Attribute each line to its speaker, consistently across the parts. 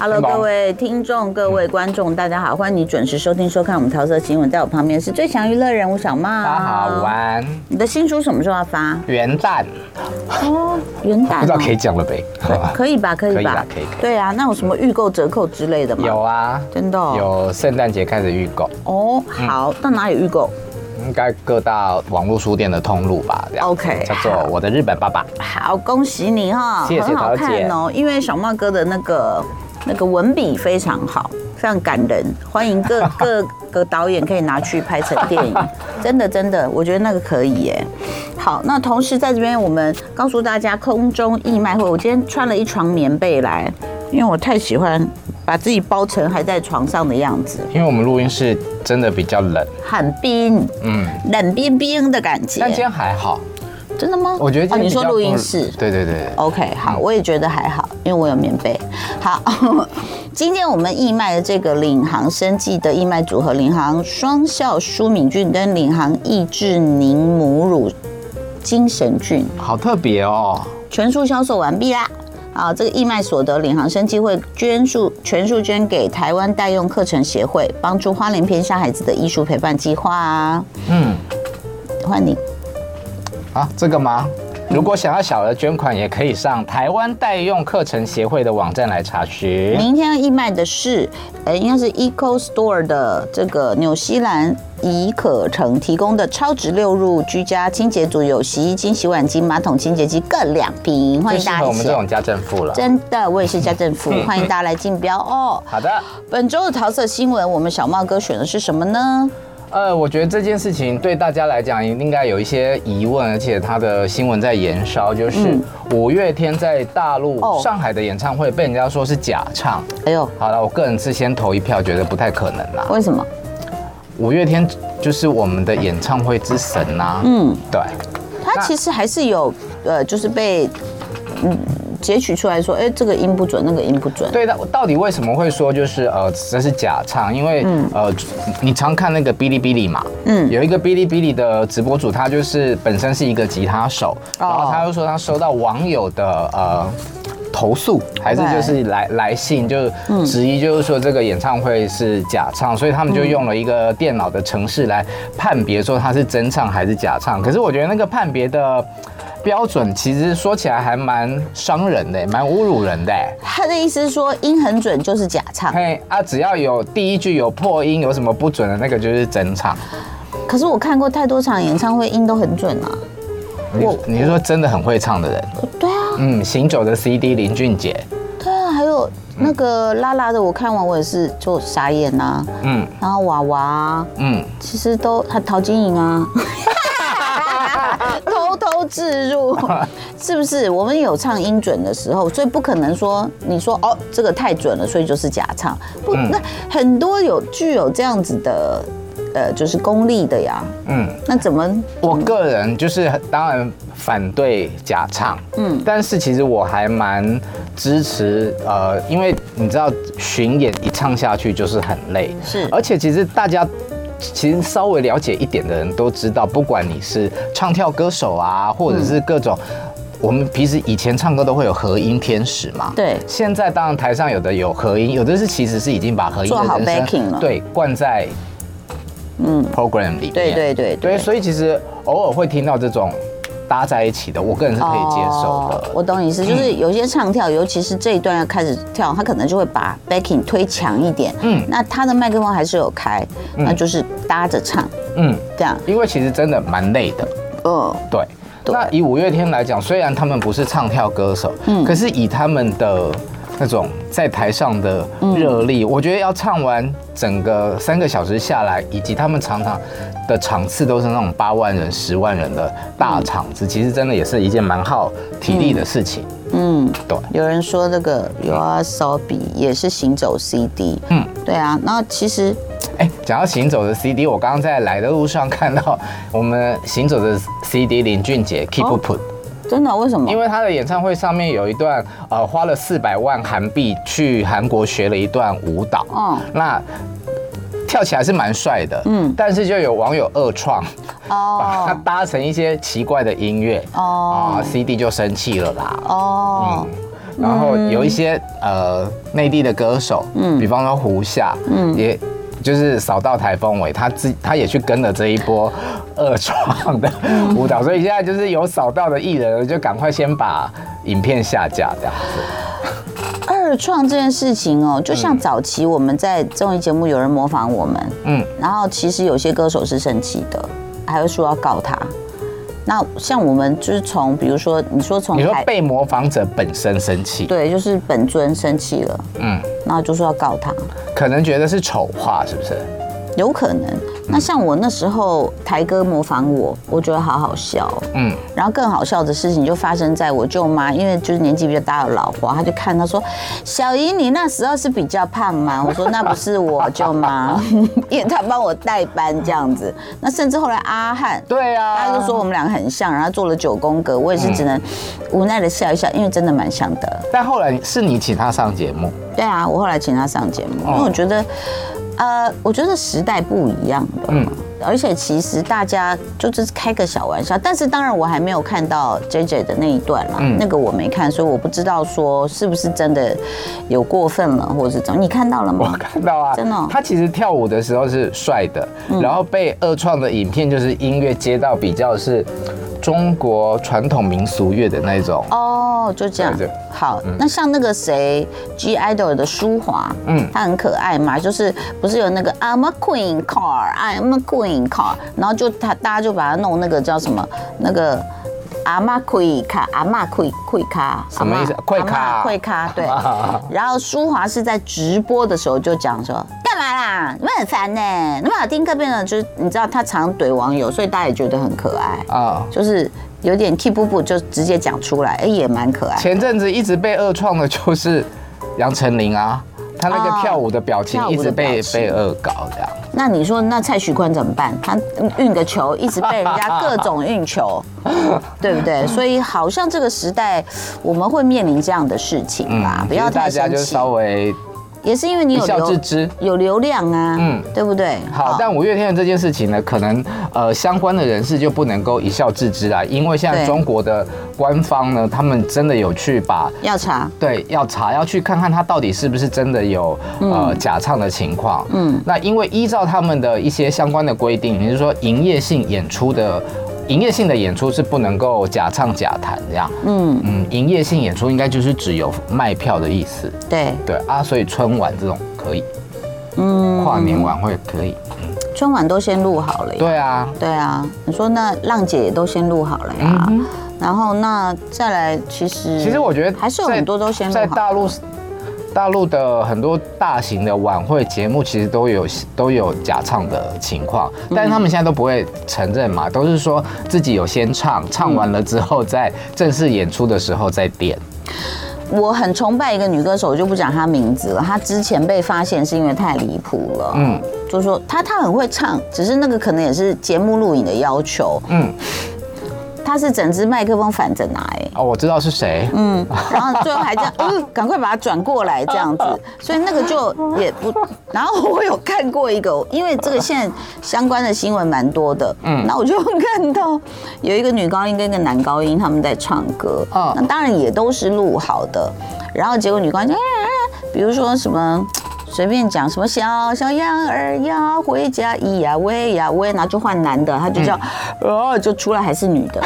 Speaker 1: Hello，
Speaker 2: 宝
Speaker 1: 各位听众、各位观众，大家好，欢迎你准时收听、收看我们桃色新闻，在我旁边是最强娱乐人吴小茂。
Speaker 2: 大家好，午。安，
Speaker 1: 你的新书什么时候要发？
Speaker 2: 元旦，
Speaker 1: 哦，元旦哦。
Speaker 3: 不知道可以讲了呗。
Speaker 1: 可以吧？可
Speaker 2: 可
Speaker 1: 以
Speaker 2: 以
Speaker 1: 吧
Speaker 2: 啦可以可？
Speaker 1: 对啊，那有什么预购折扣之类的吗？
Speaker 2: 有，啊，
Speaker 1: 真的哦
Speaker 2: 有圣诞节开始预购，
Speaker 1: 哦。好，到哪里预购？
Speaker 2: 应该各大网络书店的通路吧，这样
Speaker 1: OK，
Speaker 2: 叫做我的日本爸爸，
Speaker 1: 好，恭喜你哈，
Speaker 2: 谢谢
Speaker 1: 很好看哦，因为小茂哥的那个那个文笔非常好，非常感人，欢迎 各各个导演可以拿去拍成电影，真的真的，我觉得那个可以耶。好，那同时在这边我们告诉大家空中义卖会，我今天穿了一床棉被来，因为我太喜欢把自己包成还在床上的样子，
Speaker 2: 因为我们录音室真的比较冷，
Speaker 1: 很冰，
Speaker 2: 嗯，
Speaker 1: 冷冰冰的感觉
Speaker 2: 但。今天还好，
Speaker 1: 真的吗？
Speaker 2: 我觉得今
Speaker 1: 哦
Speaker 2: 天
Speaker 1: 你
Speaker 2: 比较
Speaker 1: 说
Speaker 2: 不
Speaker 1: 录音室，
Speaker 2: 对对对，
Speaker 1: OK，好，我也觉得还好，因为我有棉被。好， 今天我们义卖的这个领航生技的义卖组合，领航双效舒敏菌跟领航益智凝母乳精神菌，
Speaker 2: 好特别哦，
Speaker 1: 全数销售完毕啦。啊，这个义卖所得领航生技会捐数全数捐给台湾代用课程协会，帮助花莲偏乡孩子的艺术陪伴计划啊。
Speaker 2: 嗯，
Speaker 1: 欢迎，
Speaker 2: 啊，这个吗？如果想要小额捐款，也可以上台湾代用课程协会的网站来查询。
Speaker 1: 明天要义卖的是，呃，应该是 Eco Store 的这个纽西兰怡可城提供的超值六入居家清洁组，有洗衣精、洗碗精、马桶清洁剂各两瓶，欢
Speaker 2: 就
Speaker 1: 迎
Speaker 2: 适
Speaker 1: 大
Speaker 2: 合
Speaker 1: 家
Speaker 2: 我
Speaker 1: 一
Speaker 2: 们
Speaker 1: 起
Speaker 2: 这。种家嗯政妇了。
Speaker 1: 真的，我也是家政妇，欢迎大家来竞标哦。
Speaker 2: 好的，
Speaker 1: 本周的桃色新闻，我们小茂哥选的是什么呢？
Speaker 2: 呃，我觉得这件事情对大家来讲应该有一些疑问，而且它的新闻在延烧，就是
Speaker 1: 嗯
Speaker 2: 五月天在大陆
Speaker 1: 哦
Speaker 2: 上海的演唱会被人家说是假唱。
Speaker 1: 哎呦，
Speaker 2: 好了，我个人是先投一票，觉得不太可能啦。
Speaker 1: 为什么？
Speaker 2: 五月天就是我们的演唱会之神呐、
Speaker 1: 嗯
Speaker 2: 嗯，对，
Speaker 1: 他
Speaker 2: 那
Speaker 1: 其实还是有，呃，就是被，嗯，截取出来说，哎，这个音不准，那个音不准。
Speaker 2: 对，到到底为什么会说就是呃这是假唱？因为、呃你常看那个哔哩哔哩嘛，
Speaker 1: 嗯
Speaker 2: 嗯，有一个哔哩哔哩的直播主，他就是本身是一个吉他手，然后他又说他收到网友的呃。投诉还是就是来来信，就是质疑，就是说这个演唱会是假唱，所以他们就用了一个电脑的程式来判别说它是真唱还是假唱。可是我觉得那个判别的标准其实说起来还蛮伤人的，蛮侮辱人的。
Speaker 1: 他的意思是说，音很准就是假唱。
Speaker 2: 嘿啊，只要有第一句有破音，有什么不准的那个就是真唱。
Speaker 1: 可是我看过太多场演唱会，音都很准啊。
Speaker 2: 你你是说真的很会唱的人？
Speaker 1: 对啊，
Speaker 2: 嗯，行走的 CD 林俊杰，
Speaker 1: 对啊，还有那个拉拉的，我看完我也是就傻眼啊。
Speaker 2: 嗯
Speaker 1: 然后娃娃啊，
Speaker 2: 嗯，
Speaker 1: 其实都还陶晶莹啊， 偷偷置入，是不是？我们有唱音准的时候，所以不可能说你说哦这个太准了，所以就是假唱。不，
Speaker 2: 嗯
Speaker 1: 那很多有具有这样子的，呃，就是功力的呀。
Speaker 2: 嗯，
Speaker 1: 那怎么？
Speaker 2: 我个人就是当然反对假唱，嗯，但是其实我还蛮支持，呃，因为你知道巡演一唱下去就是很累，
Speaker 1: 是
Speaker 2: 而且其实大家。其实稍微了解一点的人都知道，不管你是唱跳歌手啊，或者是各种，
Speaker 1: 嗯
Speaker 2: 我们平时以前唱歌都会有合音天使嘛。
Speaker 1: 对
Speaker 2: 现在当然台上有的有合音，有的是其实是已经把合音
Speaker 1: 做
Speaker 2: 的
Speaker 1: 好
Speaker 2: 人声
Speaker 1: backing 了
Speaker 2: 对灌在嗯 program 里面。
Speaker 1: 对对对
Speaker 2: 对，所以其实偶尔会听到这种搭在一起的，我个人是可以接受
Speaker 1: 哦
Speaker 2: 的。嗯
Speaker 1: 我懂你意思，就是有些唱跳，尤其是这一段要开始跳，他可能就会把 backing 推强一点。嗯
Speaker 2: 嗯，
Speaker 1: 那他的麦克风还是有开，那就是搭着唱
Speaker 2: 嗯，
Speaker 1: 这样。
Speaker 2: 因为其实真的蛮累的。
Speaker 1: 嗯，
Speaker 2: 对，
Speaker 1: 对
Speaker 2: 那以五月天来讲，虽然他们不是唱跳歌手，可是以他们的那种在台上的热力，我觉得要唱完整个三个小时下来，以及他们常常的场次都是那种八万人、十万人的大场子，其实真的也是一件蛮耗体力的事情。嗯，对，
Speaker 1: 有人说这个 You Are So Be 也是行走 CD。嗯
Speaker 2: 嗯，
Speaker 1: 对啊。那其实
Speaker 2: 哎，讲到行走的 CD，我刚刚在来的路上看到我们行走的 CD 林俊杰 Keep Put。
Speaker 1: 真的为什么？
Speaker 2: 因为他的演唱会上面有一段，呃，花了四百万韩币去韩国学了一段舞蹈，
Speaker 1: 嗯
Speaker 2: 嗯，那跳起来是蛮帅的，嗯，但是就有网友恶创，把它
Speaker 1: 哦
Speaker 2: 搭成一些奇怪的音乐，
Speaker 1: 哦
Speaker 2: 啊，CD 就生气了啦，
Speaker 1: 哦。
Speaker 2: 然后有一些呃内地的歌手，嗯，比方说胡夏，嗯，也就是扫到台风尾，他自他也去跟了这一波二创的
Speaker 1: 嗯
Speaker 2: 舞蹈，所以现在就是有扫到的艺人，就赶快先把影片下架这样子。
Speaker 1: 二创这件事情哦，就像早期我们在综艺节目有人模仿我们，
Speaker 2: 嗯，
Speaker 1: 然后其实有些歌手是生气的，还会说要告他。那像我们就是从，比如说你说从
Speaker 2: 你说
Speaker 1: 台
Speaker 2: 被模仿者本身生气，
Speaker 1: 对，就是本尊生气了，
Speaker 2: 嗯，
Speaker 1: 然后就说要告他，
Speaker 2: 可能觉得是丑化，是不是？
Speaker 1: 有可能。那像我那时候台哥模仿我，我觉得好好笑哦。
Speaker 2: 嗯，
Speaker 1: 然后更好笑的事情就发生在我舅妈，因为就是年纪比较大的老花，她就看她说：“小姨，你那时候是比较胖吗？”我说：“那不是我舅妈， 因为她帮我代班这样子。”那甚至后来阿汉，
Speaker 2: 对啊，
Speaker 1: 大家就说我们两个很像，然后做了九宫格，我也是只能无奈的笑一笑，因为真的蛮像的。
Speaker 2: 但后来是你请他上节目，
Speaker 1: 对啊，我后来请他上节
Speaker 2: 哦
Speaker 1: 目，因为我觉得，呃，我觉得时代不一样的，
Speaker 2: 嗯
Speaker 1: 而且其实大家就只是开个小玩笑，但是当然我还没有看到 J J 的那一段啦，
Speaker 2: 嗯
Speaker 1: 那个我没看，所以我不知道说是不是真的有过分了，或者是怎么？你看到了
Speaker 2: 我
Speaker 1: 吗？
Speaker 2: 看到啊，
Speaker 1: 真的哦嗯
Speaker 2: 他其实跳舞的时候是帅的，然后被二创的影片就是音乐接到比较是中国传统民俗乐的那种，
Speaker 1: 哦，就这样
Speaker 2: 对嗯对。
Speaker 1: 好，那像那个谁，G Idol 的舒华，嗯
Speaker 2: 嗯，
Speaker 1: 他很可爱嘛，就是不是有那个 I'm a Queen Car，I'm a Queen Car，然后就他大家就把他弄那个叫什么那个。阿妈奎卡，阿妈奎奎卡，
Speaker 2: 什么意思
Speaker 1: 阿嬷
Speaker 2: 奎卡
Speaker 1: 阿嬷奎卡， 对。然后舒华是在直播的时候就讲说，干嘛啦？你们很烦呢、你们好听歌变得就是，你知道他常怼网友，所以大家也觉得很可爱。
Speaker 2: 啊。
Speaker 1: 就是有点 keep 不就直接讲出来，哎、也蛮可爱。
Speaker 2: 前阵子一直被二创的就是杨丞琳啊，她那
Speaker 1: 哦
Speaker 2: 个跳舞的表情
Speaker 1: 跳舞的
Speaker 2: 一直被
Speaker 1: 表情
Speaker 2: 被恶搞这样。
Speaker 1: 那你说，那蔡徐坤怎么办？他运个球，一直被人家各种运 球，对不对？所以好像这个时代，我们会面临这样的事情啦，不要
Speaker 2: 嗯其实大
Speaker 1: 太
Speaker 2: 家
Speaker 1: 生
Speaker 2: 就
Speaker 1: 气。
Speaker 2: 稍微
Speaker 1: 也是因为你
Speaker 2: 一
Speaker 1: 有
Speaker 2: 笑置
Speaker 1: 流
Speaker 2: 之。
Speaker 1: 有流量啊，嗯
Speaker 2: 嗯，
Speaker 1: 对不对？
Speaker 2: 好，但五月天的这件事情呢，可能呃相关的人士就不能够一笑置之啦，因为现在
Speaker 1: 对
Speaker 2: 中国的官方呢，他们真的有去把
Speaker 1: 要查
Speaker 2: 对，要查，要去看看他到底是不是真的有、呃假唱的情况。
Speaker 1: 嗯
Speaker 2: 嗯，那因为依照他们的一些相关的规定，也就是说营业性演出的。营业性的演出是不能够假唱假弹这样，嗯嗯，营业性演出应该就是只有卖票的意思，
Speaker 1: 对。
Speaker 2: 对啊，所以春晚这种可以，嗯，跨年晚会可以，
Speaker 1: 春晚都先录好了呀。
Speaker 2: 对啊，
Speaker 1: 对啊，你说那浪姐也都先录好了呀，然后那再来，其实
Speaker 2: 其实我觉得
Speaker 1: 还是有
Speaker 2: 在
Speaker 1: 很多都先录好
Speaker 2: 在大陆，大陆的很多大型的晚会节目，其实都有都有假唱的情况，
Speaker 1: 嗯
Speaker 2: 但是他们现在都不会承认嘛，都是说自己有先唱，唱完了之后在正式演出的时候再点。
Speaker 1: 我很崇拜一个女歌手，我就不讲她名字了。她之前被发现是因为太离谱了，嗯
Speaker 2: 嗯，
Speaker 1: 就说她她很会唱，只是那个可能也是节目录影的要求，
Speaker 2: 嗯，
Speaker 1: 她是整支麦克风反着拿、哎，
Speaker 2: 哦，我知道是谁，
Speaker 1: 嗯，然后最后还这样，嗯，赶快把它转过来这样子，所以那个就也不。然后我有看过一个，因为这个现在相关的新闻蛮多的，嗯，那我就看到有一个女高音跟一个男高音他们在唱歌，
Speaker 2: 嗯
Speaker 1: 那当然也都是录好的，然后结果女高音就，啊啊啊比如说什么。随便讲什么小小羊儿要回家，咿呀喂呀喂，然后就换男的，他就叫，
Speaker 2: 嗯
Speaker 1: 哦，就出来还是 女的，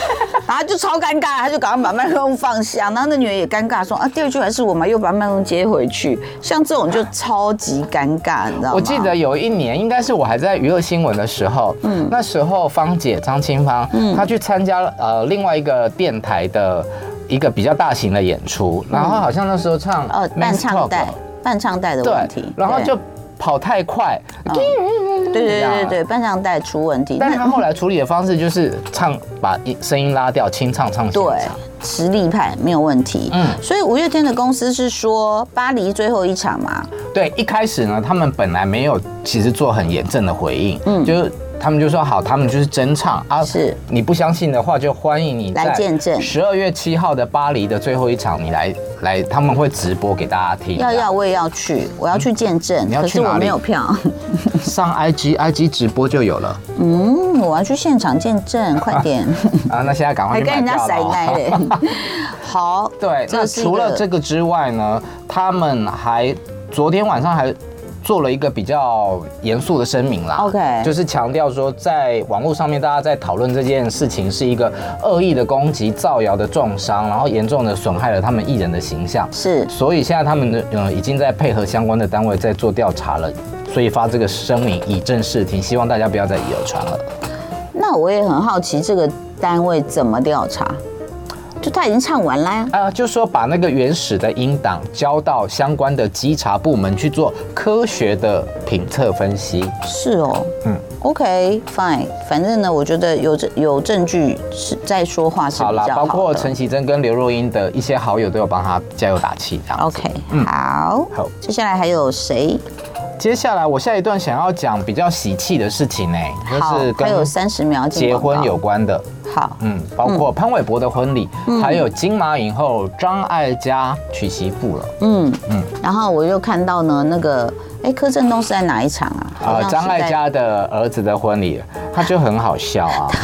Speaker 1: 然后就超尴尬，他就赶快把麦克风放下，然后那女人也尴尬说啊，第二句还是我嘛，又把麦克风接回去，像这种就超级尴尬，你知道吗？
Speaker 2: 我记得有一年，应该是我还在娱乐新闻的时候，嗯，那时候芳姐张清芳，嗯，她去参加了呃另外一个电台的一个比较大型的演出，然后好像那时候唱
Speaker 1: 呃，伴
Speaker 2: Men's
Speaker 1: 嗯唱
Speaker 2: Club
Speaker 1: 带，伴唱带的
Speaker 2: 哦对
Speaker 1: 问题，，
Speaker 2: 然后
Speaker 1: 对嗯
Speaker 2: 就跑太快，
Speaker 1: 对对对对
Speaker 2: 这
Speaker 1: 对，伴唱带出问题，
Speaker 2: 但
Speaker 1: 那
Speaker 2: 他后来处理的方式就是唱，把音声音拉掉，清唱唱现
Speaker 1: 对
Speaker 2: 场。，
Speaker 1: 实力派没有问题。嗯
Speaker 2: 嗯，
Speaker 1: 所以五月天的公司是说巴黎最后一场嘛，
Speaker 2: 对，一开始呢，他们本来没有其实做很严正的回应，嗯，就是他们就说好，他们就是真唱啊。
Speaker 1: 是
Speaker 2: 你不相信的话，就欢迎你
Speaker 1: 来见证
Speaker 2: 十二月七号的巴黎的最后一场，你来来，他们会直播给大家听。
Speaker 1: 要要，我也要去，我要去见证
Speaker 2: 嗯你，要
Speaker 1: 可
Speaker 2: 去
Speaker 1: 是
Speaker 2: 哪里
Speaker 1: 我没有票。
Speaker 2: 上 IG IG 直播就有了
Speaker 1: 嗯，我要去现场见证，快点，
Speaker 2: 啊。那现在赶快
Speaker 1: 还
Speaker 2: 去
Speaker 1: 跟
Speaker 2: 买
Speaker 1: 人家
Speaker 2: 票了
Speaker 1: 塞
Speaker 2: 哦
Speaker 1: 奶嘞。 好，
Speaker 2: 对，
Speaker 1: 这
Speaker 2: 那
Speaker 1: 是一
Speaker 2: 除了
Speaker 1: 个
Speaker 2: 这个之外呢，他们还昨天晚上还做了一个比较严肃的声明啦
Speaker 1: OK
Speaker 2: 就是强调说，在网络上面大家在讨论这件事情是一个恶意的攻击、造谣的重伤，然后严重的损害了他们艺人的形象。
Speaker 1: 是
Speaker 2: 所以现在他们的呃已经在配合相关的单位在做调查了，所以发这个声明以正视听，希望大家不要再以讹传讹。
Speaker 1: 那我也很好奇这个单位怎么调查，就他已经唱完啦、
Speaker 2: 啊，就说把那个原始的音档交到相关的稽查部门去做科学的评测分析。
Speaker 1: 是哦，
Speaker 2: 嗯
Speaker 1: 嗯，OK fine，反正呢，我觉得有证有证据是在说话是比
Speaker 2: 好啦，
Speaker 1: 较
Speaker 2: 包
Speaker 1: 好
Speaker 2: 括
Speaker 1: 的。
Speaker 2: 陈绮贞跟刘若英的一些好友都有帮她加油打气，这样子。
Speaker 1: OK，好，
Speaker 2: 好
Speaker 1: 接下来还有谁？
Speaker 2: 接下来我下一段想要讲比较喜气的事情呢、
Speaker 1: 好
Speaker 2: 就，是
Speaker 1: 还有
Speaker 2: 跟
Speaker 1: 三十秒进
Speaker 2: 结
Speaker 1: 广
Speaker 2: 婚
Speaker 1: 告
Speaker 2: 有关的。
Speaker 1: 好，
Speaker 2: 嗯，包括潘玮柏的婚礼，
Speaker 1: 嗯
Speaker 2: 还有金马影后张艾嘉娶媳妇了。
Speaker 1: 嗯
Speaker 2: 嗯
Speaker 1: 嗯，然后我又看到呢，那个哎，柯震东是在哪一场啊？好
Speaker 2: 呃，
Speaker 1: 像
Speaker 2: 张
Speaker 1: 是在
Speaker 2: 艾嘉的儿子的婚礼，他就很好 笑啊，他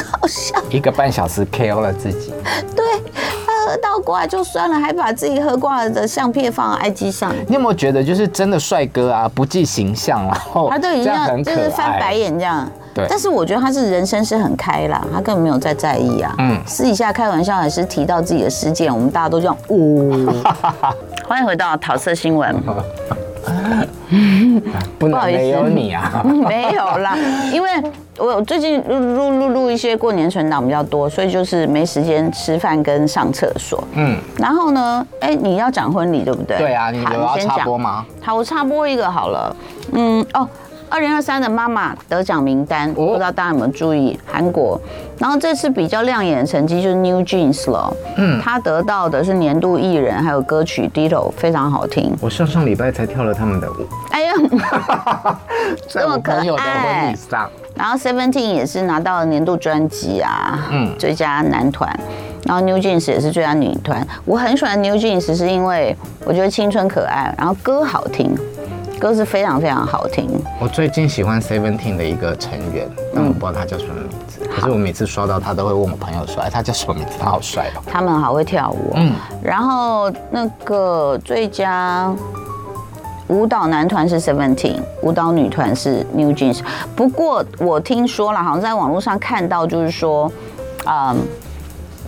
Speaker 2: 很好
Speaker 1: 笑，
Speaker 2: 一个半小时 KO 了自己。
Speaker 1: 对。他喝到挂就算了，还把自己喝挂的相片放在 IG 上，
Speaker 2: 你有没有觉得，就是真的帅哥啊，不计形象，然后
Speaker 1: 他都已经这
Speaker 2: 这样
Speaker 1: 样
Speaker 2: 很可
Speaker 1: 就
Speaker 2: 爱，
Speaker 1: 是翻白眼这样。
Speaker 2: 对
Speaker 1: 但是我觉得他是人生是很开朗，他根本没有在在意啊。
Speaker 2: 嗯
Speaker 1: 嗯，私底下开玩笑也是提到自己的事件，我们大家都这样。哦， 欢迎回到桃色新闻。
Speaker 2: 不
Speaker 1: 不
Speaker 2: 能
Speaker 1: 好意思
Speaker 2: 没有你啊。
Speaker 1: 没有啦，因为我最近录录录录一些过年存档比较多，所以就是没时间吃饭跟上厕所。
Speaker 2: 嗯，
Speaker 1: 然后呢，哎，你要讲婚礼对不对？
Speaker 2: 对啊，你有
Speaker 1: 好
Speaker 2: 要
Speaker 1: 先
Speaker 2: 插
Speaker 1: 讲
Speaker 2: 播吗？
Speaker 1: 好，我插播一个好了。嗯，哦，二零二三的妈妈得奖名单，
Speaker 2: 哦
Speaker 1: 不知道大家有没有注意？韩国，然后这次比较亮眼的成绩就是 New Jeans 了。嗯，她得到的是年度艺人，还有歌曲 Ditto，非常好听。
Speaker 2: 我上上礼拜才跳了他们的舞，
Speaker 1: 哎呀，
Speaker 2: 在我朋友的婚礼上。
Speaker 1: 然后 Seventeen 也是拿到了年度专辑啊，
Speaker 2: 嗯
Speaker 1: 嗯，最佳男团。然后 New Jeans 也是最佳女团。我很喜欢 New Jeans，是因为我觉得青春可爱，然后歌好听，歌是非常非常好听。
Speaker 2: 我最近喜欢 Seventeen 的一个成员，但我不知道他叫什么名字。
Speaker 1: 嗯
Speaker 2: 可是我每次刷到他，都会问我朋友说：“哎，他叫什么名字？他好帅哦。
Speaker 1: 他们好会跳舞、嗯，
Speaker 2: 嗯
Speaker 1: 然后那个最佳舞蹈男团是 Seventeen，舞蹈女团是 New Jeans。不过我听说了，好像在网络上看到，就是说，嗯，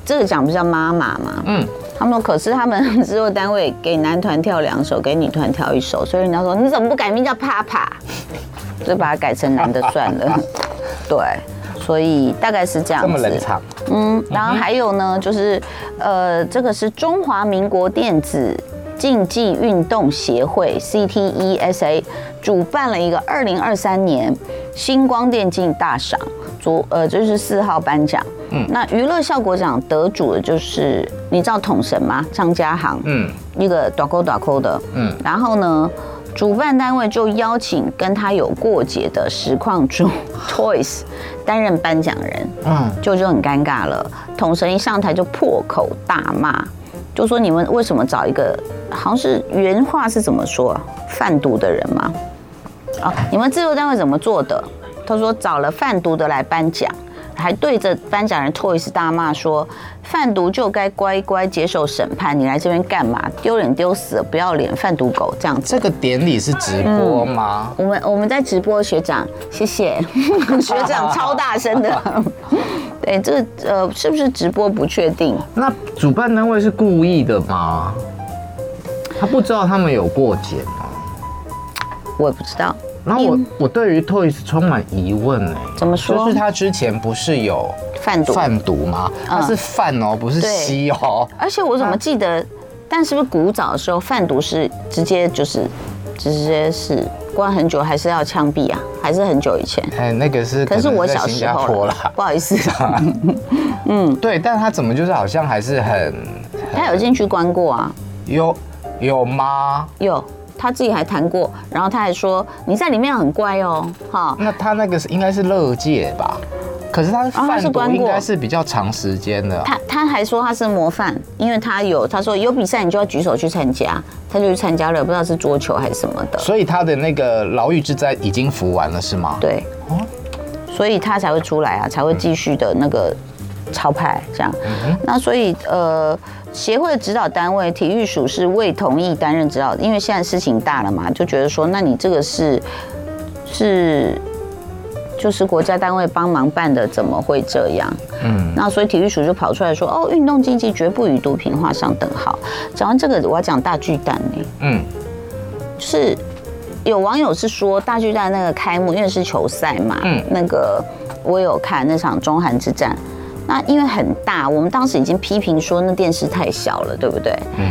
Speaker 1: 这个奖不是叫妈妈嘛，
Speaker 2: 嗯
Speaker 1: 嗯。他们说，可是他们制作单位给男团跳两首，给女团跳一首，所以人家说你怎么不改名叫啪 啪？就把它改成男的算了。对，所以大概是这”样
Speaker 2: 这
Speaker 1: 子。
Speaker 2: 么冷场，
Speaker 1: 嗯，然后还有呢，就是呃，这个是中华民国电子竞技运动协会 （CTESA） 主办了一个二零二三年星光电竞大赏，昨呃就是四号颁奖。嗯，那娱乐效果奖得主的就是你知道统神吗？张家航。
Speaker 2: 嗯，
Speaker 1: 一个短扣短扣的，
Speaker 2: 嗯
Speaker 1: 嗯，然后呢，主办单位就邀请跟他有过节的实况主 Toys 担任颁奖人，
Speaker 2: 嗯，
Speaker 1: 就就很尴尬了。统神一上台就破口大骂，就说你们为什么找一个好像是原话是怎么说啊？贩毒的人吗？啊，你们制作单位怎么做的？他说找了贩毒的来颁奖，还对着颁奖人 Toys 大骂说：“贩毒就该乖乖接受审判，你来这边干嘛？丢脸丢死了，不要脸，贩毒狗这样子。”
Speaker 2: 这个典礼是直播吗？
Speaker 1: 我们我们在直播，学长，谢 谢，学长超大声的。对，这个呃，是不是直播不确定？
Speaker 2: 嗯那主办单位是故意的吗？他不知道他们有过节吗？
Speaker 1: 我也不知道。
Speaker 2: 然后我我对于 Toys 充满疑问哎、
Speaker 1: 怎么说
Speaker 2: 就是他之前不是有
Speaker 1: 贩毒
Speaker 2: 贩毒吗？
Speaker 1: 嗯
Speaker 2: 他是贩哦、不是吸哦、
Speaker 1: 而且我怎么记得，但是不是古早的时候贩毒是直接就是直接是关很久，还是要枪毙啊？还是很久以前？
Speaker 2: 哎，那个是
Speaker 1: 可是
Speaker 2: 能
Speaker 1: 我
Speaker 2: 在
Speaker 1: 小
Speaker 2: 新
Speaker 1: 时
Speaker 2: 加坡
Speaker 1: 候
Speaker 2: 啦
Speaker 1: 了，。不好意 思，
Speaker 2: 对，但他怎么就是好像还是很
Speaker 1: 他有进去关过啊，
Speaker 2: 有有吗？
Speaker 1: 有。他自己还弹过，然后他还说你在里面很乖哦，哈，
Speaker 2: 那他那个是应该是乐界吧？可是他
Speaker 1: 它啊是
Speaker 2: 贩毒
Speaker 1: 关过
Speaker 2: 应该是比较长时间的。
Speaker 1: 他他还说他是模范，因为他有他说有比赛你就要举手去参加，他就去参加了，不知道是桌球还是什么的，
Speaker 2: 所以他的那个牢狱之灾已经服完了，是吗？
Speaker 1: 对，所以他才会出来啊，才会继续的那个超派这样。那所以呃，协会的指导单位体育署是未同意担任指导，因为现在事情大了嘛，就觉得说，那你这个是是。就是国家单位帮忙办的，怎么会这样？嗯，那所以体育署就跑出来说，哦，运动竞技绝不与毒品画上等号。讲完这个，我要讲大巨蛋呢、
Speaker 2: 嗯，
Speaker 1: 是有网友是说大巨蛋那个开幕，因为是球赛嘛，
Speaker 2: 嗯
Speaker 1: 那个我有看那场中韩之战，那因为很大，我们当时已经批评说那电视太小了，对不对？嗯，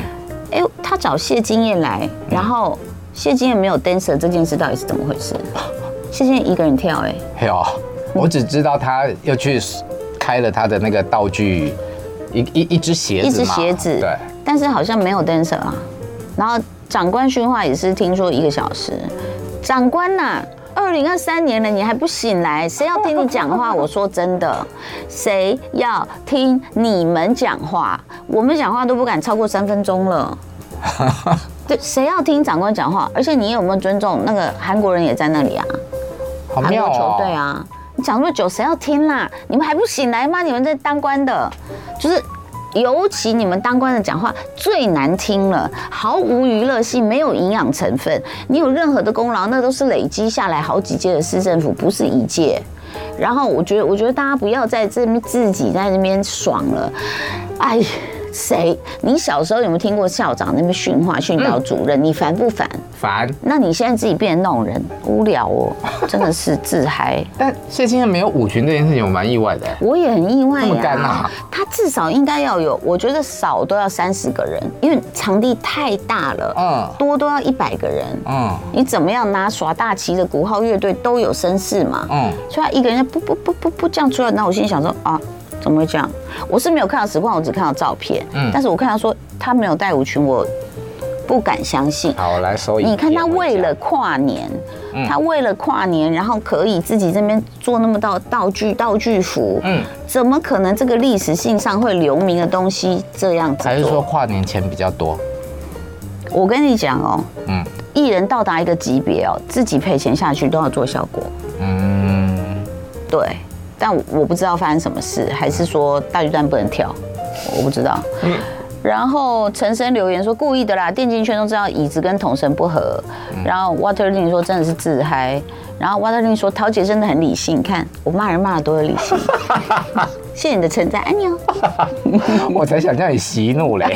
Speaker 1: 哎、他找谢金燕来，然后谢金燕没有 dancer 这件事到底是怎么回事？谢金燕一个人跳、哎，
Speaker 2: 还有，哦我只知道他又去开了他的那个道具，一一一只鞋
Speaker 1: 一
Speaker 2: 子
Speaker 1: 只
Speaker 2: 嘛，
Speaker 1: 鞋子，
Speaker 2: 对，
Speaker 1: 但是好像没有 dancer 啊。然后长官训话也是听说一个小时，长官呐、二零二三年了，你还不醒来？谁要听你讲话？我说真的，谁要听你们讲话？我们讲话都不敢超过三分钟了。对，谁要听长官讲话？而且你有没有尊重那个韩国人也在那里啊？
Speaker 2: 好
Speaker 1: 韩
Speaker 2: 妙
Speaker 1: 国
Speaker 2: 哦
Speaker 1: 球。队啊。你讲那么久，谁要听啦？你们还不醒来吗？你们这当官的，就是。尤其你们当官的讲话最难听了，毫无娱乐性，没有营养成分。你有任何的功劳，那都是累积下来好几届的市政府，不是一届。然后我觉得，我觉得大家不要在这边自己在那边爽了。哎，谁？你小时候有没有听过校长那边训话、训
Speaker 2: 嗯
Speaker 1: 导主任？你烦不烦？
Speaker 2: 烦，
Speaker 1: 那你现在自己变成那种人，无聊哦，真的是自嗨。
Speaker 2: 但谢金燕没有舞裙这件事情，我蛮意外的。
Speaker 1: 我也很意外
Speaker 2: 这
Speaker 1: 呀、
Speaker 2: 么干啊
Speaker 1: 他至少应该要有，我觉得少都要三十个人，因为场地太大了，
Speaker 2: 嗯
Speaker 1: 多都要一百个人。
Speaker 2: 嗯
Speaker 1: 你怎么样拿耍大旗的鼓号乐队都有绅士嘛？
Speaker 2: 嗯，
Speaker 1: 所以他一个人不不不不不这样出来，那我心里想说啊，怎么会这样？我是没有看到实况，我只看到照片。
Speaker 2: 嗯
Speaker 1: 但是我看到说他没有带舞裙，我不敢相信。
Speaker 2: 好，我来收一。
Speaker 1: 你看他为了跨年，
Speaker 2: 嗯
Speaker 1: 他为了跨年，然后可以自己这边做那么道道具道具服，
Speaker 2: 嗯，
Speaker 1: 怎么可能这个历史性上会留名的东西这样子
Speaker 2: 还是
Speaker 1: 做？
Speaker 2: 说跨年前比较多？
Speaker 1: 我跟你讲哦，
Speaker 2: 嗯
Speaker 1: 艺人到达一个级别哦，自己赔钱下去都要做效果，
Speaker 2: 嗯，
Speaker 1: 对。但我我不知道发生什么事，还是说大巨蛋不能跳，我不知道。
Speaker 2: 嗯
Speaker 1: 然后陈生留言说故意的啦，电竞圈都知道椅子跟桶神不合。然后 Waterlin 说真的是自嗨。然后 Waterlin 说桃姐真的很理性，看我骂人骂的多有理性。谢谢你的称赞，爱你哦。
Speaker 2: 我才想叫你息 怒嘞。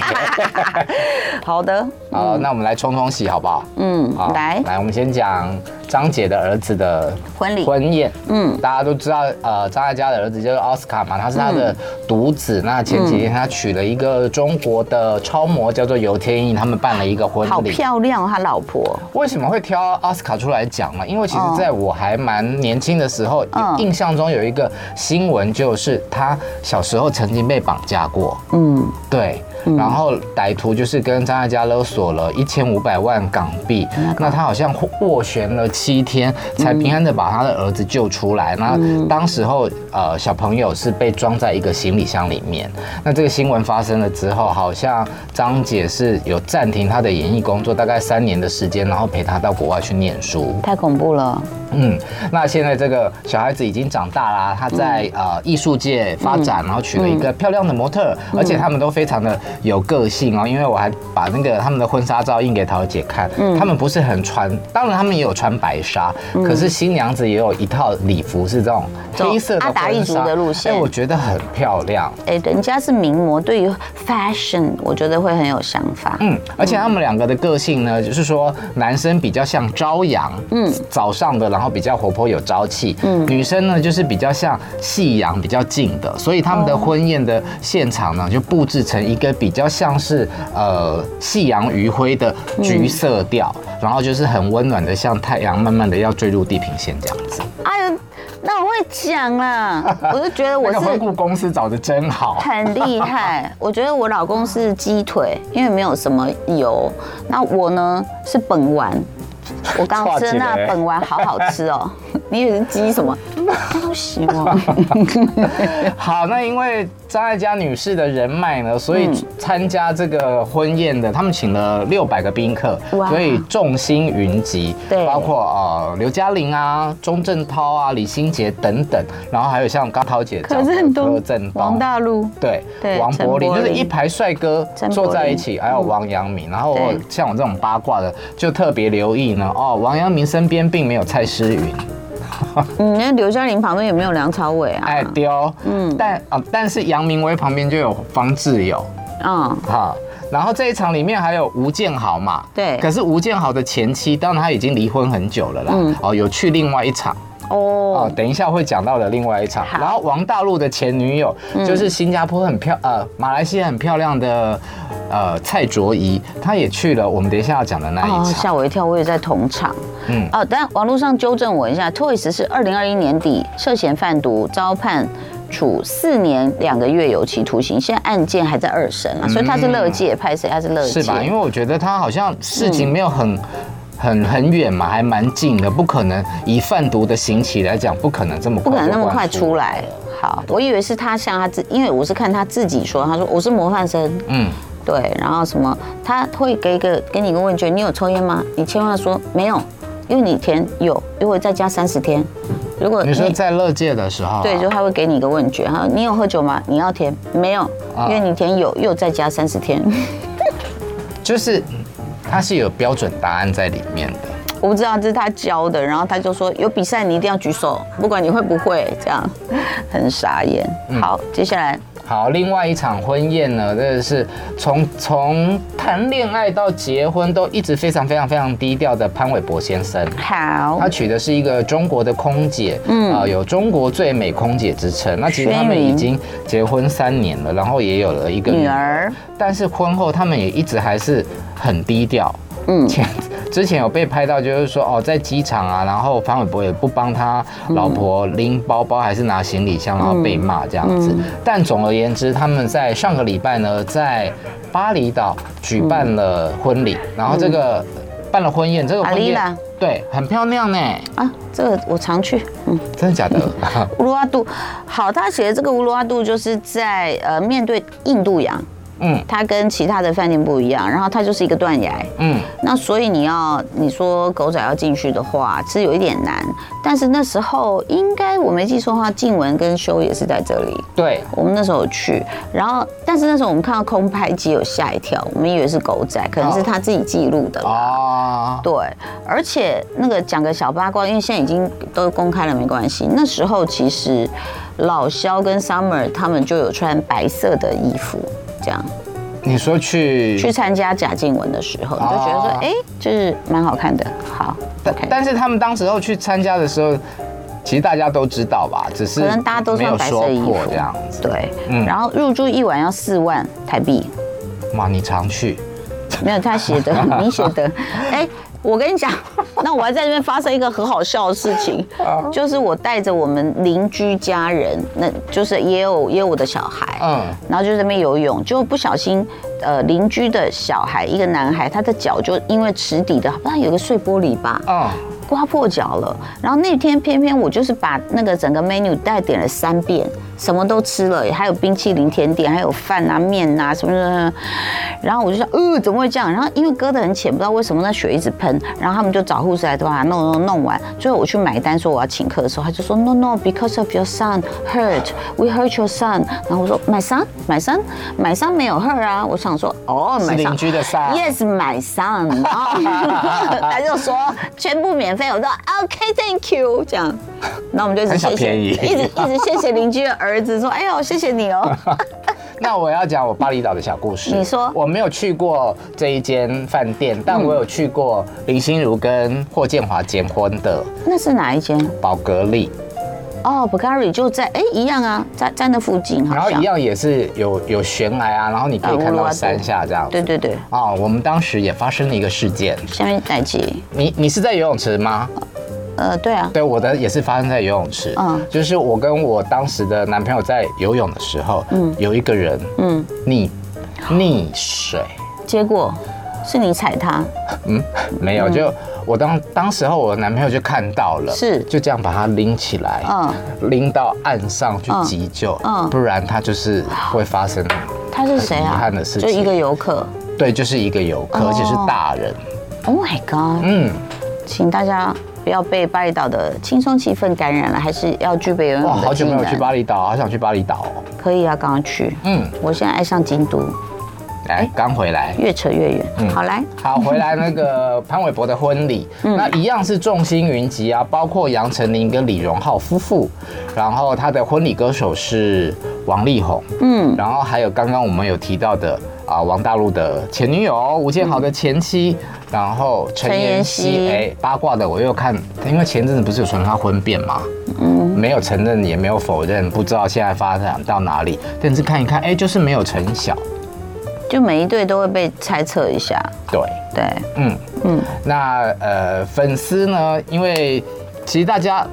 Speaker 1: 好的，
Speaker 2: 好，那我们来冲冲喜好不好？
Speaker 1: 嗯，
Speaker 2: 好，
Speaker 1: 来
Speaker 2: 来，我们先讲张姐的儿子的
Speaker 1: 婚礼，
Speaker 2: 婚宴。
Speaker 1: 嗯，
Speaker 2: 大家都知道，呃，张艾嘉的儿子就是奥斯卡嘛，他是他
Speaker 1: 嗯
Speaker 2: 的独子。那前几天他娶了一个中国的超模，叫做游天意，他们办了一个婚
Speaker 1: 好
Speaker 2: 礼。
Speaker 1: 漂亮哦，他老婆。
Speaker 2: 为什么会挑奥斯卡出来讲呢？因为其实
Speaker 1: 哦
Speaker 2: 在我还蛮年轻的时候，
Speaker 1: 嗯
Speaker 2: 印象中有一个新闻，就是他小时候曾经被绑架过，
Speaker 1: 嗯，
Speaker 2: 对，然后歹徒就是跟张艾嘉勒索了一千五百万港币，那他好像斡旋了七天，才平安的把他的儿子救出来。那当时候呃小朋友是被装在一个行李箱里面。那这个新闻发生了之后，好像张姐是有暂停她的演艺工作大概三年的时间，然后陪她到国外去念书。
Speaker 1: 太恐怖了。
Speaker 2: 嗯，那现在这个小孩子已经长大啦，他在、呃艺术界发展，
Speaker 1: 嗯
Speaker 2: 然后娶了一个漂亮的模特儿，而且他们都非常的有个性哦。因为我还把那个他们的婚纱照印给桃姐看，
Speaker 1: 嗯
Speaker 2: 他们不是很穿，当然他们也有穿白纱，可是新娘子也有一套礼服是这种
Speaker 1: 这种
Speaker 2: 黑色的
Speaker 1: 阿达一
Speaker 2: 婚
Speaker 1: 族
Speaker 2: 纱
Speaker 1: 的路线
Speaker 2: 哎，我觉得很漂亮。
Speaker 1: 哎，人家是名模，对于 fashion，我觉得会很有想法。
Speaker 2: 嗯，而且他们两个的个性呢，就是说男生比较像朝阳，嗯，早上的，然后比较活泼有朝气，嗯，女生呢就是比较像夕阳，比较静的，所以他们的婚宴的现场呢，就布置成一个比较像是呃夕阳余晖的橘色调，然后就是很温暖的，像太阳慢慢的要坠入地平线这样子。
Speaker 1: 哎呦，那我会讲啦，我就觉得我
Speaker 2: 那
Speaker 1: 是
Speaker 2: 个婚顾公司找的真 好，
Speaker 1: 很厉害。我觉得我老公是鸡腿，因为没有什么油。那我呢是本丸，我刚吃的那本丸好好吃 哦。你以为是鸡什么？不行哦。
Speaker 2: 好，那因为张艾嘉女士的人脉呢，所
Speaker 1: 嗯
Speaker 2: 以参加这个婚宴的，他们请了六百个宾客，
Speaker 1: 哇
Speaker 2: 所以众星云集，
Speaker 1: 对
Speaker 2: 包括呃刘嘉玲啊、钟镇涛啊、李心洁等等，然后还有像刚涛姐讲的柯震
Speaker 1: 王
Speaker 2: 东。
Speaker 1: 大陆，
Speaker 2: 对，
Speaker 1: 对
Speaker 2: 王
Speaker 1: 陈
Speaker 2: 柏林
Speaker 1: 柏
Speaker 2: 就是
Speaker 1: 霖
Speaker 2: 一排帅哥
Speaker 1: 陈柏
Speaker 2: 坐在一
Speaker 1: 霖
Speaker 2: 起，还有王阳明。然后我
Speaker 1: 对
Speaker 2: 像我这种八卦的，就特别留意呢。哦，王阳明身边并没有蔡诗芸，
Speaker 1: 嗯，那刘嘉玲旁边有没有梁朝伟啊？
Speaker 2: 哎丢，嗯，但啊，但是杨明威旁边就有方志友
Speaker 1: 嗯，
Speaker 2: 哈。然后这一场里面还有吴建豪嘛，
Speaker 1: 对
Speaker 2: 可是吴建豪的前妻，当然他已经离婚很久了啦，
Speaker 1: 嗯
Speaker 2: 哦，有去另外一场。哦
Speaker 1: 哦，，
Speaker 2: 等一下会讲到的另外一场。
Speaker 1: 好嗯
Speaker 2: 然后王大陆的前女友就是新加坡很漂呃，马来西亚很漂亮的呃蔡卓宜，她也去了我们等一下要讲的那
Speaker 1: 哦，
Speaker 2: 一场。
Speaker 1: 吓我一跳，我也在同场。
Speaker 2: 嗯
Speaker 1: 嗯，哦，但网络上纠正我一下，Toys 是二零二一年底涉嫌贩毒遭判。处四年两个月有期徒刑，现在案件还在二审啊，所以他是乐界拍谁？他是乐界，
Speaker 2: 嗯是吧？因为我觉得他好像事情没有很、很很远嘛，还蛮近的，不可能以贩毒的刑期来讲，不可能这么快
Speaker 1: 不可能那么快
Speaker 2: 就
Speaker 1: 出来。好，我以为是他像他自，因为我是看他自己说，他说我是模范生，
Speaker 2: 嗯，
Speaker 1: 对，然后什么，他会给一个给你一个问卷，你有抽烟吗？你千万说没有，因为你填有，如果再加三十天，如果
Speaker 2: 你说在乐界的时候啊、
Speaker 1: 呃对，就他会给你一个问卷，哈，你有喝酒吗？你要填没有，
Speaker 2: 啊
Speaker 1: 因为你填有又再加三十天，
Speaker 2: 就是它是有标准答案在里面的。
Speaker 1: 我不知道这是他教的，然后他就说有比赛你一定要举手，不管你会不会，这样 很傻眼。
Speaker 2: 嗯
Speaker 1: 好，接下来
Speaker 2: 好，另外一场婚宴呢，真的是从从谈恋爱到结婚都一直非常非常非常低调的潘玮柏先生。
Speaker 1: 好
Speaker 2: 他，娶的是一个中国的空姐，嗯，啊、有中国最美空姐之称。那其实他们
Speaker 1: 轩云
Speaker 2: 已经结婚三年了，然后也有了一个
Speaker 1: 女儿
Speaker 2: 但是婚后他们也一直还是很低调。嗯，前之前有被拍到，就是说哦，在机场啊，然后潘玮柏也不帮他老婆拎包包，还是拿行李箱，然后被骂这样子。
Speaker 1: 嗯
Speaker 2: 但总而言之，他们在上个礼拜呢，在巴厘岛举办了婚礼，然后这个办了婚宴，这个婚
Speaker 1: 嗯
Speaker 2: 宴
Speaker 1: 巴厘岛
Speaker 2: 对很漂亮呢，
Speaker 1: 啊，这个我常去，嗯，
Speaker 2: 真的假的？
Speaker 1: 乌鲁阿杜。好，他写的这个乌鲁阿杜就是在呃面对印度洋，
Speaker 2: 嗯
Speaker 1: 它跟其他的饭店不一样，然后它就是一个断崖。
Speaker 2: 嗯，
Speaker 1: 那所以你要你说狗仔要进去的话，其实有一点难。但是那时候应该我没记错的话，静雯跟修也是在这里。
Speaker 2: 对，
Speaker 1: 我们那时候有去，然后但是那时候我们看到空拍机有吓一跳，我们以为是狗仔，可能是他自己记录的啦。
Speaker 2: 啊，
Speaker 1: 对，而且那个讲个小八卦，因为现在已经都公开了，没关系。那时候其实老肖跟 Summer 他们就有穿白色的衣服，这样。
Speaker 2: 你说去
Speaker 1: 去参加贾静雯的时候，你就觉得说
Speaker 2: 哦，
Speaker 1: 哎、就是蛮好看的。好
Speaker 2: 但
Speaker 1: ，OK，
Speaker 2: 但是他们当时候去参加的时候，其实大家都知道吧，只是
Speaker 1: 可能大家都
Speaker 2: 没
Speaker 1: 穿
Speaker 2: 有
Speaker 1: 白
Speaker 2: 说
Speaker 1: 色衣服
Speaker 2: 破这样子。
Speaker 1: 对，
Speaker 2: 嗯
Speaker 1: 然后入住一晚要四万台币，
Speaker 2: 哇，你常去，
Speaker 1: 没有他 写的，你写的，哎、我跟你讲，那我还在这边发生一个很好笑的事 情，
Speaker 2: 啊
Speaker 1: 就是我带着我们邻居家人，那就是也有也有我的小孩，
Speaker 2: 嗯，
Speaker 1: 然后就在那边游泳，就不小心，呃，邻居的小孩，一个男孩，他的脚就因为池底的，好像有个碎玻璃吧，
Speaker 2: 嗯，
Speaker 1: 刮破脚了。然后那天偏偏我就是把那个整个 menu 带点了三遍，什么都吃了，还有冰淇淋、甜点，还有饭啊、面啊什么什么什么。然后我就想，呃，怎么会这样？然后因为割得很浅，不知道为什么那血一直喷。然后他们就找护士来把它弄弄弄完。最后我去买单说我要请客的时候，他就说 No no because of your son hurt we hurt your son。然后我说 My son my son my son 没有 hurt 啊。我想说哦
Speaker 2: 是
Speaker 1: my
Speaker 2: 邻
Speaker 1: son
Speaker 2: 居的撒。
Speaker 1: Yes, my son。然后他就说全部免费，我说 OK, thank you 这样。然后我们就一直
Speaker 2: 很小
Speaker 1: 谢谢，
Speaker 2: 便宜
Speaker 1: 一直一直谢谢邻居的儿子说，哎呦谢谢你 哦。
Speaker 2: 那我要讲我巴厘岛的小故事。
Speaker 1: 你说嗯
Speaker 2: 我没有去过这一间饭店，但我有去过林心如跟霍建华结婚的
Speaker 1: 那是哪一间？
Speaker 2: 宝格丽，
Speaker 1: 哦 b u g a r i 就在哎一样啊，在在那附近
Speaker 2: 然
Speaker 1: 好
Speaker 2: 后
Speaker 1: 像
Speaker 2: 一。样也是有有悬崖啊，然后你可以
Speaker 1: 啊
Speaker 2: 看
Speaker 1: 乌鲁
Speaker 2: 到
Speaker 1: 瓦杜
Speaker 2: 山下这样
Speaker 1: 对
Speaker 2: 子。
Speaker 1: 对对，
Speaker 2: 啊、我们当时也发生了一个事件。
Speaker 1: 下面哪一集？
Speaker 2: 你你是在游泳池吗？
Speaker 1: 呃，对啊，
Speaker 2: 对，我的也是发生在游泳池。
Speaker 1: 嗯
Speaker 2: 嗯，就是我跟我当时的男朋友在游泳的时候，嗯，有一个人，
Speaker 1: 嗯
Speaker 2: 嗯，溺溺水，
Speaker 1: 结果是你踩他，
Speaker 2: 嗯，没有，就我当当时候我的男朋友就看到了，
Speaker 1: 是
Speaker 2: 就这样把他拎起来，
Speaker 1: 嗯
Speaker 2: 嗯，拎到岸上去
Speaker 1: 嗯
Speaker 2: 急救，
Speaker 1: 嗯
Speaker 2: 嗯，不然他就是会发生，
Speaker 1: 他是谁
Speaker 2: 很遗
Speaker 1: 啊
Speaker 2: 憾的事？
Speaker 1: 就
Speaker 2: 情
Speaker 1: 一个游客。
Speaker 2: 对，就是一个游客，
Speaker 1: 哦
Speaker 2: 而且是大人，
Speaker 1: Oh my god！
Speaker 2: 嗯，
Speaker 1: 请大家不要被巴厘岛的轻松气氛感染了，还是要具备游泳
Speaker 2: 哇，好
Speaker 1: 的技
Speaker 2: 久没有去
Speaker 1: 能。
Speaker 2: 巴厘岛，好想去巴厘岛哦，
Speaker 1: 可以啊，赶快去。
Speaker 2: 嗯，
Speaker 1: 我现在爱上京都，
Speaker 2: 来，刚回来。
Speaker 1: 越扯越
Speaker 2: 嗯
Speaker 1: 远。好来，
Speaker 2: 好，回来那个潘玮柏的婚礼，那一样是众星云集啊，包括杨丞琳跟李荣浩夫妇，然后他的婚礼歌手是王力宏，
Speaker 1: 嗯，
Speaker 2: 然后还有刚刚我们有提到的啊，王大陆的前女友吴建豪的前妻，然后陈
Speaker 1: 陈妍
Speaker 2: 妍
Speaker 1: 希
Speaker 2: 希，哎，八卦的我又看，因为前阵子不是有传她婚变吗？嗯，没有承认也没有否认，不知道现在发展到哪里，但是看一看，哎，就是没有成晓，
Speaker 1: 就每一对都会被猜测一下。
Speaker 2: 对。
Speaker 1: 对，
Speaker 2: 嗯
Speaker 1: 嗯
Speaker 2: 嗯，那呃，粉丝呢，因为其实大家。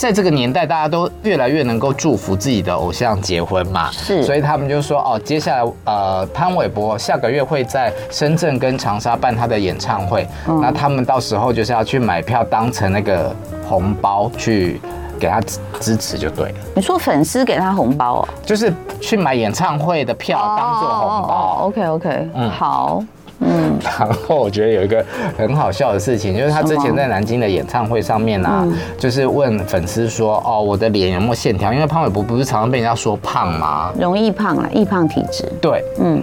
Speaker 2: 在这个年代，大家都越来越能够祝福自己的偶像结婚嘛，
Speaker 1: 是
Speaker 2: 所以他们就说哦，接下来呃，潘玮柏下个月会在深圳跟长沙办他的演唱会，那他们到时候就是要去买票当成那个红包去给他支支持就对了，
Speaker 1: 你说粉丝给他红包哦，
Speaker 2: 就是去买演唱会的票当做红包。嗯
Speaker 1: OK OK，好，
Speaker 2: 然后我觉得有一个很好笑的事情，就是他之
Speaker 1: 什
Speaker 2: 前
Speaker 1: 么
Speaker 2: 在南京的演唱会上面啊，就是问粉丝说：“哦，我的脸有没有线条？”因为潘玮柏不是常常被人家说胖吗？
Speaker 1: 容易胖了，易胖体质。
Speaker 2: 对，嗯，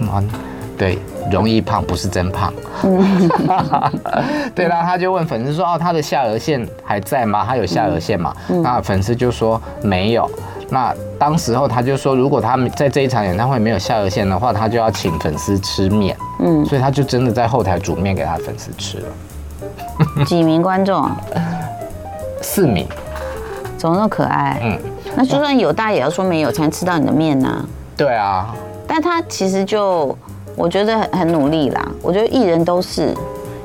Speaker 2: 对，容易胖不是真胖。
Speaker 1: 嗯
Speaker 2: 对啦，他就问粉丝说：“哦，他的下颚线还在吗？他有下颚线吗？”
Speaker 1: 嗯
Speaker 2: 那粉丝就说没有。那当时候他就说，如果他在这一场演唱会没有下颚线的话，他就要请粉丝吃面。嗯，所以他就真的在后台煮面给他粉丝吃了。嗯
Speaker 1: 几名观众啊，
Speaker 2: 四名，
Speaker 1: 怎么那么可爱？
Speaker 2: 嗯，
Speaker 1: 那就算有大也要说没有，才能吃到你的面呐、
Speaker 2: 对啊，
Speaker 1: 但他其实就我觉得很很努力啦。我觉得艺人都是，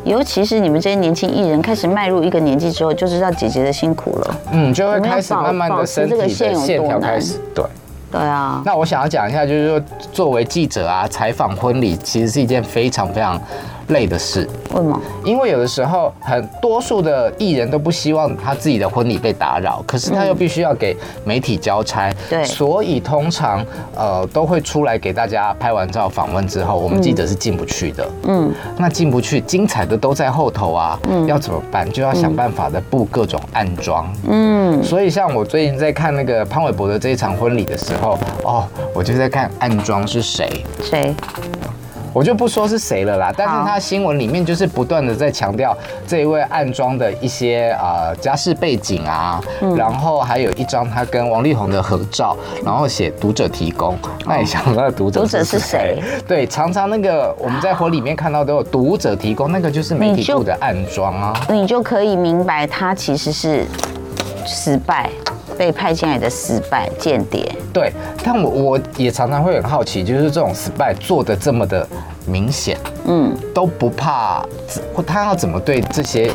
Speaker 1: 尤其是你们这些年轻艺人开始迈入一个年纪之后，就知道姐姐的辛苦了。
Speaker 2: 嗯，就
Speaker 1: 我
Speaker 2: 会
Speaker 1: 们要
Speaker 2: 开始
Speaker 1: 保
Speaker 2: 慢慢
Speaker 1: 保
Speaker 2: 的
Speaker 1: 持
Speaker 2: 身
Speaker 1: 这
Speaker 2: 体
Speaker 1: 个
Speaker 2: 的
Speaker 1: 线有多
Speaker 2: 线条
Speaker 1: 难
Speaker 2: 开始对。
Speaker 1: 对啊，
Speaker 2: 那我想要讲一下，就是说，作为记者啊，采访婚礼其实是一件非常非常累的事，
Speaker 1: 为什么？
Speaker 2: 因为有的时候很多数的艺人都不希望他自己的婚礼被打扰，可是他又必须要给媒体交差，
Speaker 1: 对
Speaker 2: 所以通常呃都会出来给大家拍完照访问之后，我们记者是进不去的，
Speaker 1: 嗯，
Speaker 2: 那进不去，精彩的都在后头啊，要怎么办？就要想办法的布各种暗装，
Speaker 1: 嗯，
Speaker 2: 所以像我最近在看那个潘玮柏的这一场婚礼的时候，哦，我就在看暗装是谁，
Speaker 1: 谁？
Speaker 2: 我就不说是谁了啦，但是
Speaker 1: 好
Speaker 2: 他新闻里面就是不断的在强调这一位暗装的一些呃家世背景啊，
Speaker 1: 嗯
Speaker 2: 然后还有一张他跟王力宏的合照，然后写读者提供，那你想那个读者
Speaker 1: 哦读者是谁？
Speaker 2: 对，常常那个我们在婚礼里面看到都有读者提供，那个就是媒
Speaker 1: 你
Speaker 2: 体
Speaker 1: 就
Speaker 2: 部的暗装啊。
Speaker 1: 你就可以明白他其实是失败，被派进来的失败间谍。
Speaker 2: 对，但我我也常常会很好奇，就是这种 spy 做的这么的明显，
Speaker 1: 嗯，
Speaker 2: 都不怕，或他要怎么对这些嘖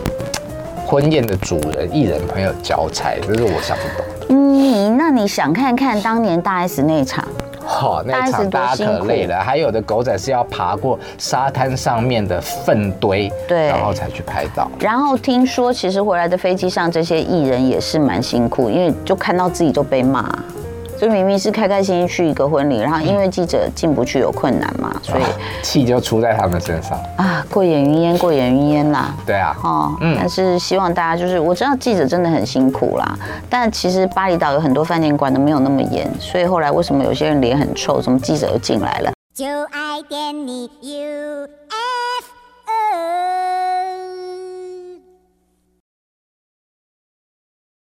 Speaker 2: 婚宴的主人、艺人朋友交差，这是我想不懂。
Speaker 1: 你嗯那你想看看当年大 S 那一场？
Speaker 2: 好、那一场
Speaker 1: 大
Speaker 2: 大
Speaker 1: S 多
Speaker 2: 家
Speaker 1: 辛
Speaker 2: 可
Speaker 1: 苦
Speaker 2: 累了，还有的狗仔是要爬过沙滩上面的粪堆，
Speaker 1: 对
Speaker 2: 然后才去拍到。
Speaker 1: 然后听说，其实回来的飞机上，这些艺人也是蛮辛苦，因为就看到自己都被骂。就明明是开开心心去一个婚礼，然后因为记者进不去有困难嘛，所以
Speaker 2: 啊气就出在他们身上。
Speaker 1: 啊，过眼云烟，过眼云烟啦。
Speaker 2: 对啊，
Speaker 1: 哦，
Speaker 2: 嗯
Speaker 1: 但是希望大家就是，我知道记者真的很辛苦啦，但其实巴厘岛有很多饭店管的没有那么严，所以后来为什么有些人脸很臭，什么记者又进来了？
Speaker 3: 就爱点你 UFO。